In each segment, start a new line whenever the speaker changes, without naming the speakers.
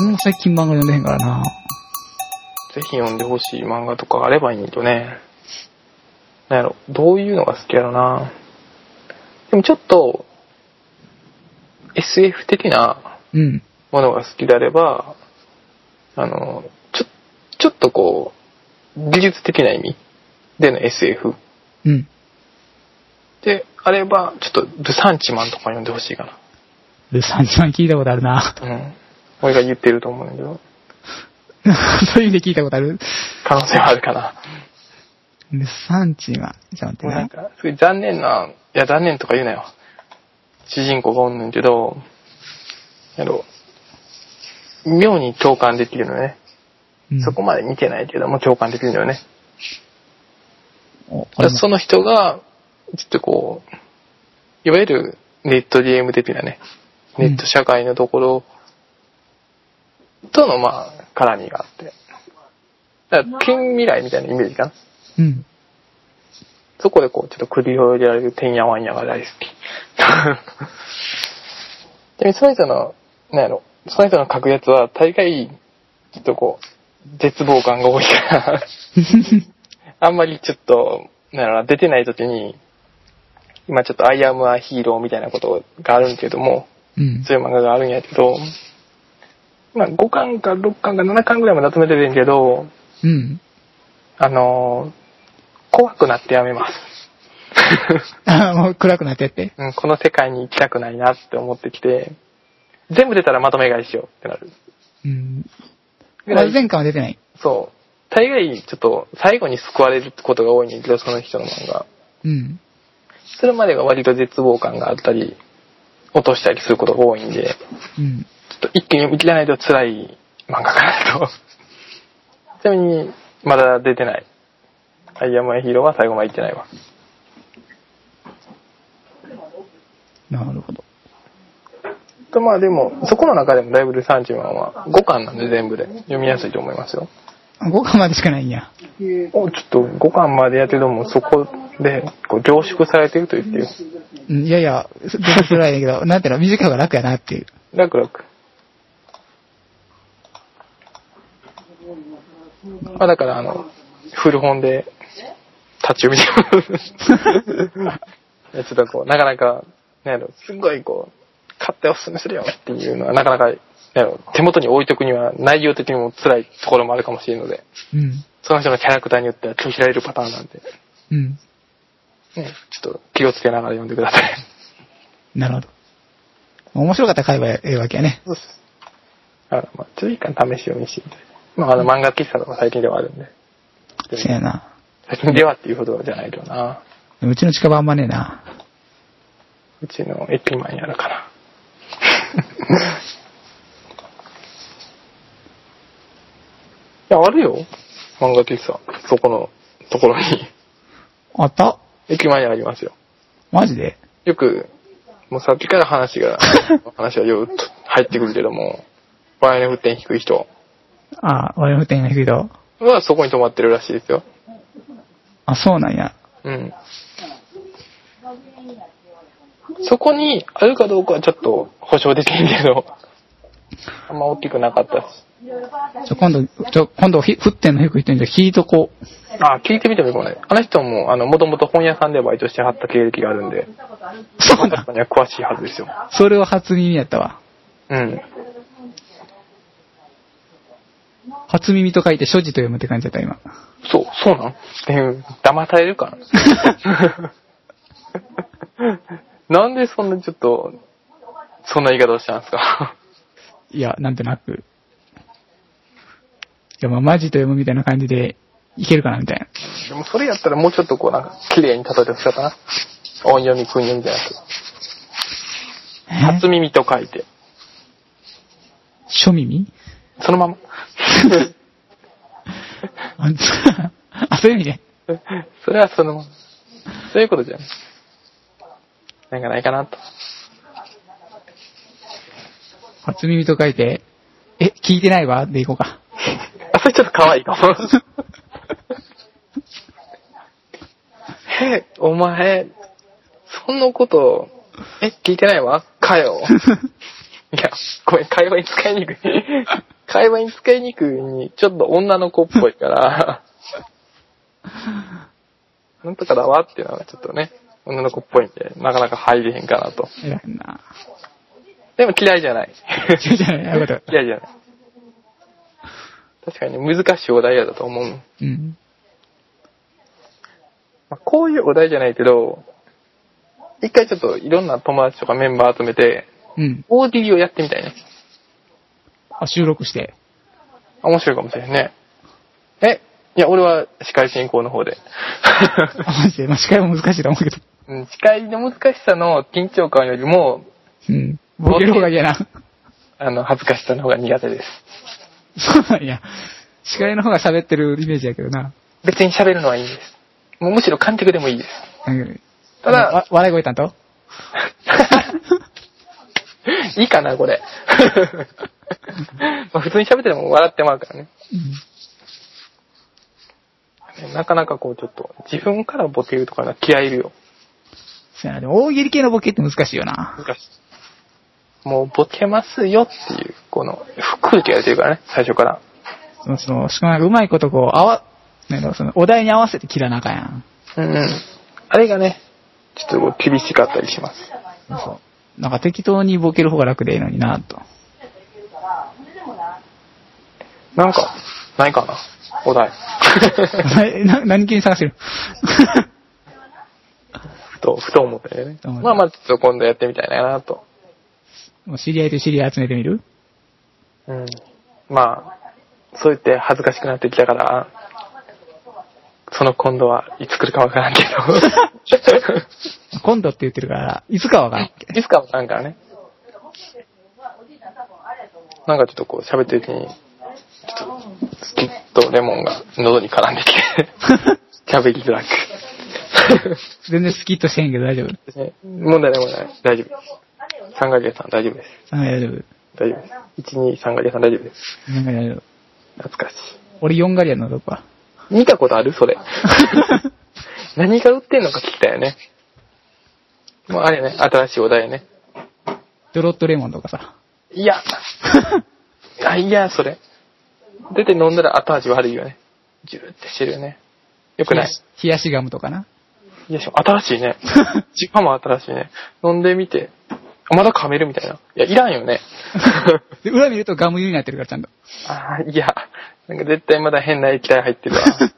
俺も最近漫画読んでへんからな。
ぜひ読んでほしい漫画とかあればいいんとね。なんやろ、どういうのが好きやろな。でもちょっと、SF 的な
うん。
ものが好きであれば、あの、ちょ、ちょっとこう、技術的な意味での SF
うん。
であれば、ちょっとルサンチマンとか読んでほしいかな。
ルサンチマン聞いたことある な。
うん。俺が言ってると思うんだけど、
そういう意味で聞いたことある
可能性はあるかな。
ルサンチマン。ちょっと待って
もうなん
な。
か、すごい残念な、いや残念とか言うなよ。主人公がおんねんけど、やろ、妙に共感できるのね。
うん
そこまで見てないけども共感できるのよね。
お
だから
俺も
その人が、ちょっとこう、いわゆるネットゲーム的なね、ネット社会のところとの、まあ、絡みがあって。だから、近未来みたいなイメージかな。
うん。
そこでこう、ちょっと繰り広げられるてんやわんやが大好き。 ちなみにその人の、なんやろ、その人の書くやつは、大概、ちょっとこう、絶望感が多いから、 あんまりちょっと、なんやろな、出てない時に、今ちょっとアイアムアヒーローみたいなことがあるんけども、
うん。
そういう漫画があるんやけど、まあ5巻か6巻か7巻ぐらいまで集めてるんやけど、
うん。
あのー怖くなってやめます。
あ、もう暗くなってやって。
うん、この世界に行きたくないなって思ってきて、全部出たらまとめ買いしようってなる。
うん。
ぐら
俺
い、
前回は出てない。
そう。大概、ちょっと、最後に救われることが多いねんけど、その人の漫画。
うん。
それまでが割と絶望感があったり、落としたりすることが多いんで、
うん。
ちょっと一気に読み切らないと辛い漫画かなと。 ちなみに、まだ出てない。アイアムアイヒーローは最後まで行ってないわ。
なるほど。
とまあでも、そこの中でもだいぶルサンチマンは5巻なんで全部で読みやすいと思いますよ。
あ5巻までしかないんや。
おちょっと5巻までやけども、そこでこう凝縮されてると言ってよ。
うん、いやいや、出てこないんだけど、 なんていうの、短い方が楽やなっていう。
楽楽。まあだから、あの、古本で立ち読みで。 いやちょっとこう、なかなか、なんやろ、すごいこう、買っておすすめするよっていうのは、なかなか、なんやろ、手元に置いとくには内容的にも辛いところもあるかもしれんので、
うん。
その人のキャラクターによっては拒否られるパターンなんで、
うん。
ね、ちょっと気をつけながら読んでください。
なるほど。面白かったら買えばええわけやね。
そうっす。だから、まあ、ちょっと一回試し読みしてみたいな。まあ、あの、漫画喫茶とか最近ではあるんで。
そうやな。
最近ではっていうほどじゃないけどな。
うちの近場あんまねえな。
うちの駅前にあるかな。いや、あるよ。漫画喫茶。そこのところに。
あった
駅前にありますよ。
マジで
よく、もうさっきから話が、話がよっと入ってくるけども、バイオの沸点低い人
あ、俺の点が低いと。
はそこに泊まってるらしいですよ。
あ、そうなんや。
うん。そこにあるかどうかはちょっと保証できんけど、 あんま大きくなかったし。
ちょ、今度、ちょ、今度、ひ、沸点の低い人にじゃあ聞いとこう。
あ、聞いてみてもいいかもね。あの人も、あの、もともと本屋さんでバイトしてはった経歴があるんで、
そう
本
だ。
当には詳しいはずですよ。
それは初耳やったわ。
うん。
初耳と書いて、所持と読むって感じだった、今。
そう、そうなんっていう、騙されるから なんでそんなちょっと、そんな言い方をしたんですか
いや、なんとなく。いや、まあ、マジと読むみたいな感じで、いけるかな、みたいな。
でもそれやったらもうちょっとこうなんか、綺麗に例えてほしかったな。音読み、訓読みじゃなくて。
え
初耳と書いて。
初耳
そのまま。
あ、あ そういう意味で。
それはそのまま。そういうことじゃん。なんかないかなと。
初耳と書いて、え、聞いてないわでいこうか。
あ、それちょっと可愛いかも。 え、お前、そんなこと、 え、聞いてないわかよ。いや、ごめん、会話に使いにくい。会話に使いにくいに、ちょっと女の子っぽい から、なんとかだわっていうのはちょっとね、女の子っぽいんで、なかなか入れへんかなと。
偉いな。
でも嫌いじゃない。
嫌いじゃないよかった
嫌いじゃない。確かにね難しいお題やだと思うもん。
うん。
まあ、こういうお題じゃないけど、一回ちょっといろんな友達とかメンバー集めて、
うん。
大喜利をやってみたいね。
あ、収録して。
面白いかもしれんね。えいや、俺は司会進行の方で。
あ、マジで。まあ、司会も難しいと思うけど。
うん司会の難しさの緊張感よりも、
うん。ボケる方が嫌な。
あの、恥ずかしさの方が苦手です。
そうなんや。司会の方が喋ってるイメージやけどな。
別に喋るのはいいんです。もうむしろ観客でもいいです。
なんか
ただ
あのわ笑い声担当
いいかな、これ。 まあ普通に喋ってても笑ってまうからね。
うん。
なかなかこうちょっと、自分からボケるとかが気合いるよ。
そうやな。でも大喜利系のボケって難しいよな。
難しい。もうボケますよっていう、この、空気が出てるからね、最初から。
その、その、しかもなんかうまいことこう、あわ、なんだろうその、お題に合わせて切らなあかんやん。
うんうん。あれがね、ちょっとこう厳しかったりします。
そう。なんか適当にボケる方が楽でいいのになと。
なんか、ないかな、お題。
な何気に探してる
ふと、ふと思ったよね。
うん
まあまあ、ちょっと今度やってみたいなと。
もう知り合いと知り合い集めてみる
うん。まあ、そう言って恥ずかしくなってきたから、その今度はいつ来るかわからん けど。
今度って言ってるから、いつかわからんっけ。
いつかわからんからね。なんかちょっとこう喋ってるうちに、ちょっと、スキッとレモンが喉に絡んできて、喋りづらく。
全然スキッとしてへんけど大丈夫。
ですね 問題ない問題ない。大丈夫。三ヶ月さん大丈夫です。
なんか大丈夫。
大丈夫です。1、2、3ガリアさん大丈夫です。
なんか大丈夫。
懐かしい。
俺4ガリアのとこ は。
見たことあるそれ。 何が売ってんのか聞きたいよね。もうあれね、新しいお題ね。
ドロットレモンとかさ。
いや、あ、いや、それ。出て飲んだら後味悪いよね。ジューってしてるよね。よくない。
冷やしガムとかな。
いや、しかも新しいね。時間も新しいね。飲んでみて。あまだ噛めるみたいな。いや、いらんよ ね。
で、裏見るとガム湯になってるからちゃ んと。
あーいや、なんか絶対まだ変な液体入 ってるわ。だか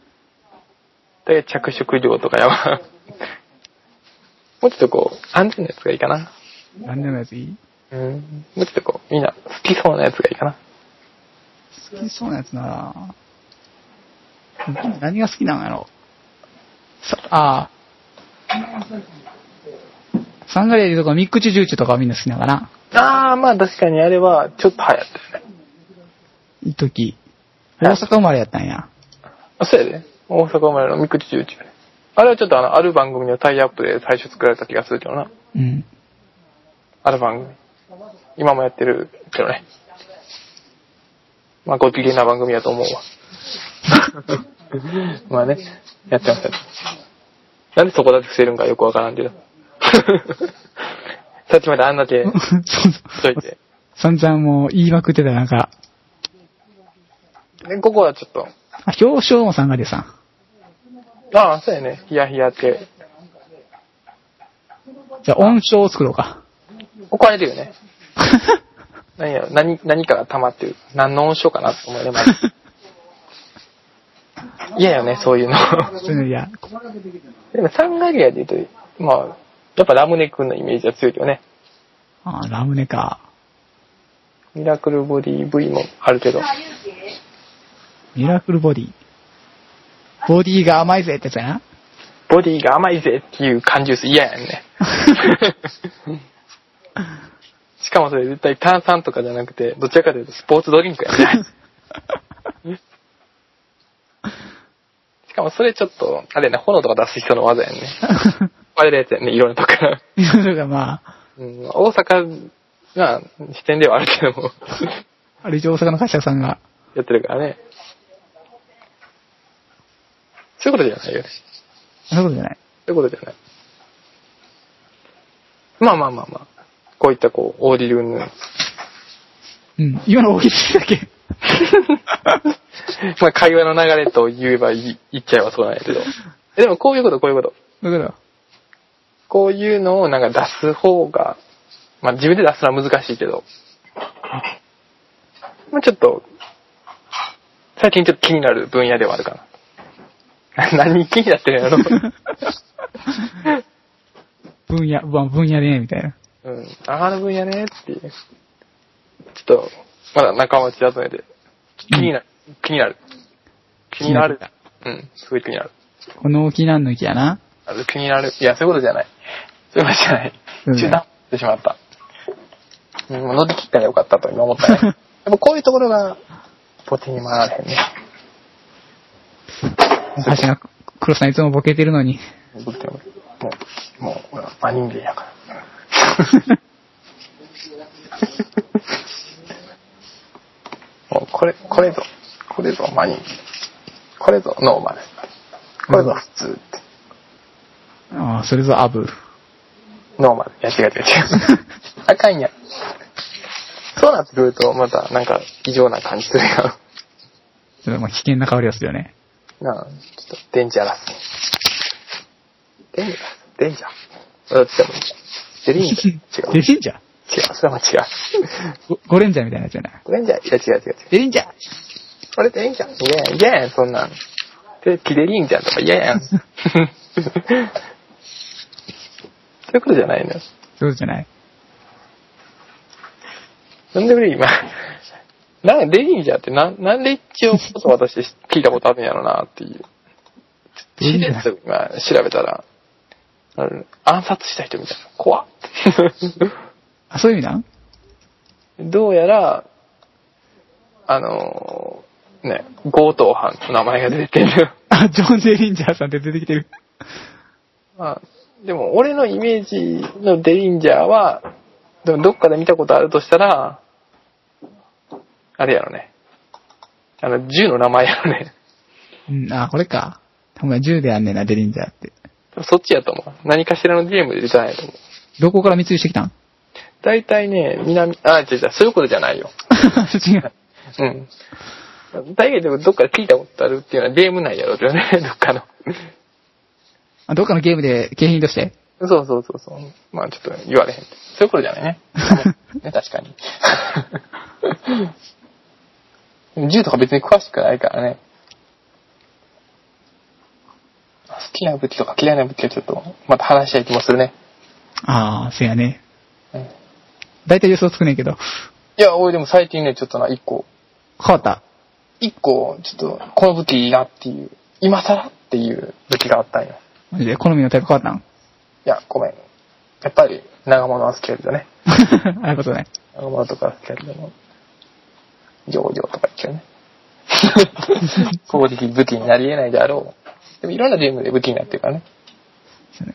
ら着色料とかやば。もうちょっとこう、安全なやつがいいかな。
なんでもやついい
うん。もうちょっとこう、みんな好きそうなやつがいいかな。
好きそうなやつなら何が好きなのやろさ、ああ。サンガリアでいうとこミックチュジューチュとかはみんな好きなのかな
あー、まあ確かにあれはちょっと流行ったよね。
一時。大阪生まれやったんや。
あ、そうやで。大阪生まれのミクチュチュチュね。あれはちょっとあの、ある番組のタイアップで最初作られた気がするけどな。
うん。
ある番組。今もやってるけどね。まあ、ご機嫌な番組だと思うわ。まあね、やってますよ。なんでそこだけ伏せるんかよくわからんけど。 さっきまであんな手
そう
し
そ。
というて。
散々もう言いまくってたなんか、
で、ここはちょっ
あ、
と、
表彰もサンガリアさん。
ああ、そうやね。ヒヤヒヤって。
じゃあ音章を作ろう か。
怒られるよね。何やろ、何、何かが溜まってる。何の音章かなって思います。嫌よね、そういうの。
そういうのいや、
でもサンガリアで言うと、まあ、やっぱラムネ君のイメージは強いよね。
ああ、ラムネか。
ミラクルボディ V もあるけど。
ミラクルボディ。ボディが甘いぜってやつや な。
ボディが甘いぜっていう缶ジュース嫌やん ね。しかもそれ絶対炭酸とかじゃなくて、どちらかというとスポーツドリンクや ね。しかもそれちょっと、あれやね、炎とか出す人の技やんね。あれるやつやんね、いろんなとこから。
それがまあ、
うん、大阪が視点ではあるけども、
あれ以上大阪の会社さんが、
やってるからね。そういうことじゃないよね。
そういうことじゃない。
そういうことじゃない。まあまあまあまあ。こういったこう、オーディルン
うん。今の大喜利だっけ
まあ会話の流れと言えばい言っちゃえばそうなんやけど。えでもこういうこと、こういうこと。
だから、
こういうのをなんか出す方が、まあ自分で出すのは難しいけど、まあちょっと、最近ちょっと気になる分野ではあるかな。 何気になってるんや ろ。
分野、まあ分野でね、みたいな。
うん。あの分野ねっていう。ちょっと、まだ仲間ち集めて、気になる、気になる。気になる。うん。すごい気になる。
この沖縄の木やな。
あ気になる。いや、そういうことじゃない。そういうことじゃない。
うん
中断してしまった。うん、乗り切ったらよかったと今思ったね。 やっぱこういうところが、ポテに回られへんね。
大橋が、黒さんいつもボケてる のに。
僕ってもう、もう、俺はアニメやから。 もうこれ、これぞ、これぞマニー。これぞノーマル。これぞ普通って。
ああ、それぞアブ。
ノーマル。いや違う違う違う。 あかんやん。そうなってくると、またなんか異常な感じというか、
ちょっとまあ危険な香りがするよね。
なあ、ちょっとデンジャラス。デンジャラス、デンジャー。だってもう、デリンジャー。違う。違
デ
う、
リンジャー
それは違う。
ゴゴレンジャーみたいなやつやな。
デンジャー、いや違う違う違う。
デリンジャー
それでいいんじゃん。いやいや、いやそんなん。で、キレリンじゃんとか嫌やん。そういうことじゃないのよ。
そういうことじゃない。
なんでもいい、今。なんでレリンジャーってなん、なんで一応こと私聞いたことあるんやろなっていう。
デリンジャ
知
ー。
れず今調べたら、あの暗殺した人みたいな。 怖っ
あ、そういう意味なん
どうやら、あのーね、強盗犯の名前が出てる。
あ、ジョン・デリンジャーさんって出てきてる。
まあ、でも俺のイメージのデリンジャーは、でもどっかで見たことあるとしたら、あれやろね。あの、銃の名前やろね。
うん、あ、これか。ほんまや銃であんねんな、デリンジャーって。
そっちやと思う。何かしらのゲームで出たんやと思う。
どこから密輸してきたん
大体ね、南、あ、違う違う、そういうことじゃないよ。
違う。
うん。大概でもどっかで聞いたことあるっていうのはゲーム内やろうよね、 どっかの。
あ、どっかのゲームで景品として
そうそうそうそう。まあちょっと言われへん。そういうことじゃないね。ね、確かに。でも銃とか別に詳しくないからね。好きな武器とか嫌いな武器はちょっと、また話したい気もするね。
ああ、せやね
うん。
だいたい予想つくねんけど。
いや、俺でも最近ね、ちょっとな、一個、
変わった。
一個、ちょっと、この武器いいなっていう、今更っていう武器があったんよ。
マジで、好みのタイプ変わったん
いや、ごめん。やっぱり、長物は好きだけどね。
ああいうことね。
アロマとか好きだけども、ヨーヨーとか言っちゃうね。 攻撃武器になり得ないであろう。でもいろんなゲームで武器になってるからね。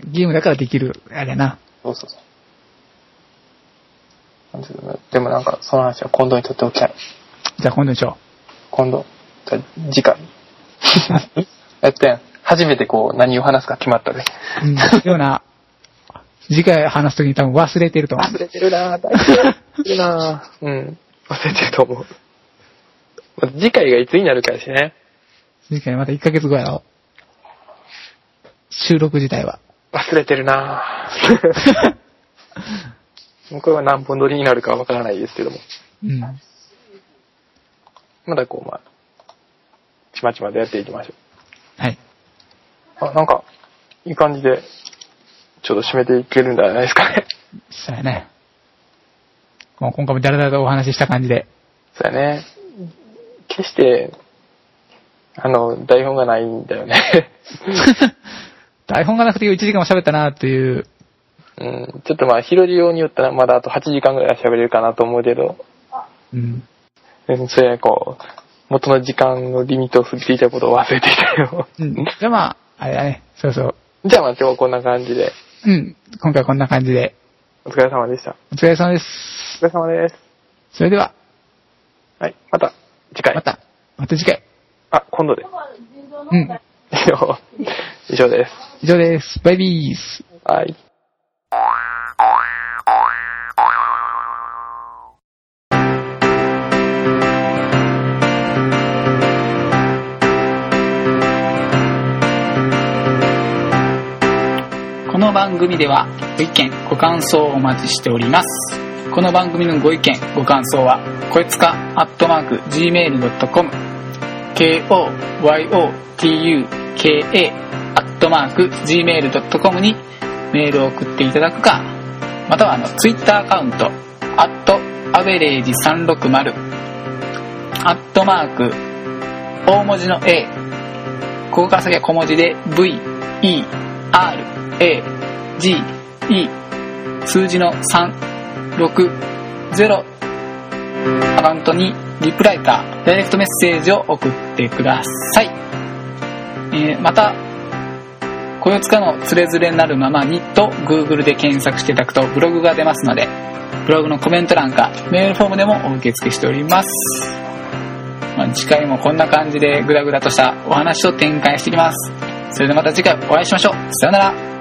ゲームだからできる、あれやな。
そうそうそう。なんていうのでもなんかその話は今度にとっておきたい。
じゃあ今度にしよ
今度。じゃあ次回。 やったやん。初めてこう何を話すか決まったで。
う。うん。ような、次回話すときに多分忘れてると思う。
忘れてるなぁ、大丈夫。忘れてるなぁ。 うん。忘れてると思う。まあ次回がいつになるかやしね。
次回また1ヶ月後やろ。収録自体 は。
忘れてるな ぁもうこれは何本撮りになるかはわからないですけども。
うん。
まだこう、まあ、ちまちまでやっていきましょ
はい。
う。あ、なんか、いい感じで、ちょっと締めていけるんじゃないですかね。
そうやね。もう今回もダラダラとお話しした感じ で。
そうやね。決して、あの、台本がないんだよね。
台本がなくて今1時間も喋ったなっていう。
うん、ちょっとまあ、広りようによったらまだあと8時間ぐらいは喋れるかなと思うけど、
うん。
うん、それはこう、元の時間のリミットを過ぎていたことを忘れていたよ。
うん。じゃあまあ、あれだね。そうそう。
じゃあまあ今日はこんな感じで、
うん。今回はこんな感じで。
お疲れ様でした。
お疲れ様です。
お疲れ様です。
それでは、
はい、また、次回。
また、また次回。
あ、今度で。
うん。
以上以上です。
以上です。バイビース。
はい。
この番組ではご意見ご感想をお待ちしておりますこの番組のご意見ご感想はこいつかアットマーク gmail.com koyoutuka アットマーク gmail.com にメールを送っていただくかまたはあのツイッターアカウントアットアベレージ360アットマーク大文字の A ここから先は小文字で V E R A G E 数字の360アカウントにリプライかダイレクトメッセージを送ってください、えーまた「こよつかのつれづれになるままに」と Google で検索していただくとブログが出ますのでブログのコメント欄かメールフォームでもお受け付けしております、まあ、次回もこんな感じでグダグダとしたお話を展開していきますそれではまた次回お会いしましょうさよなら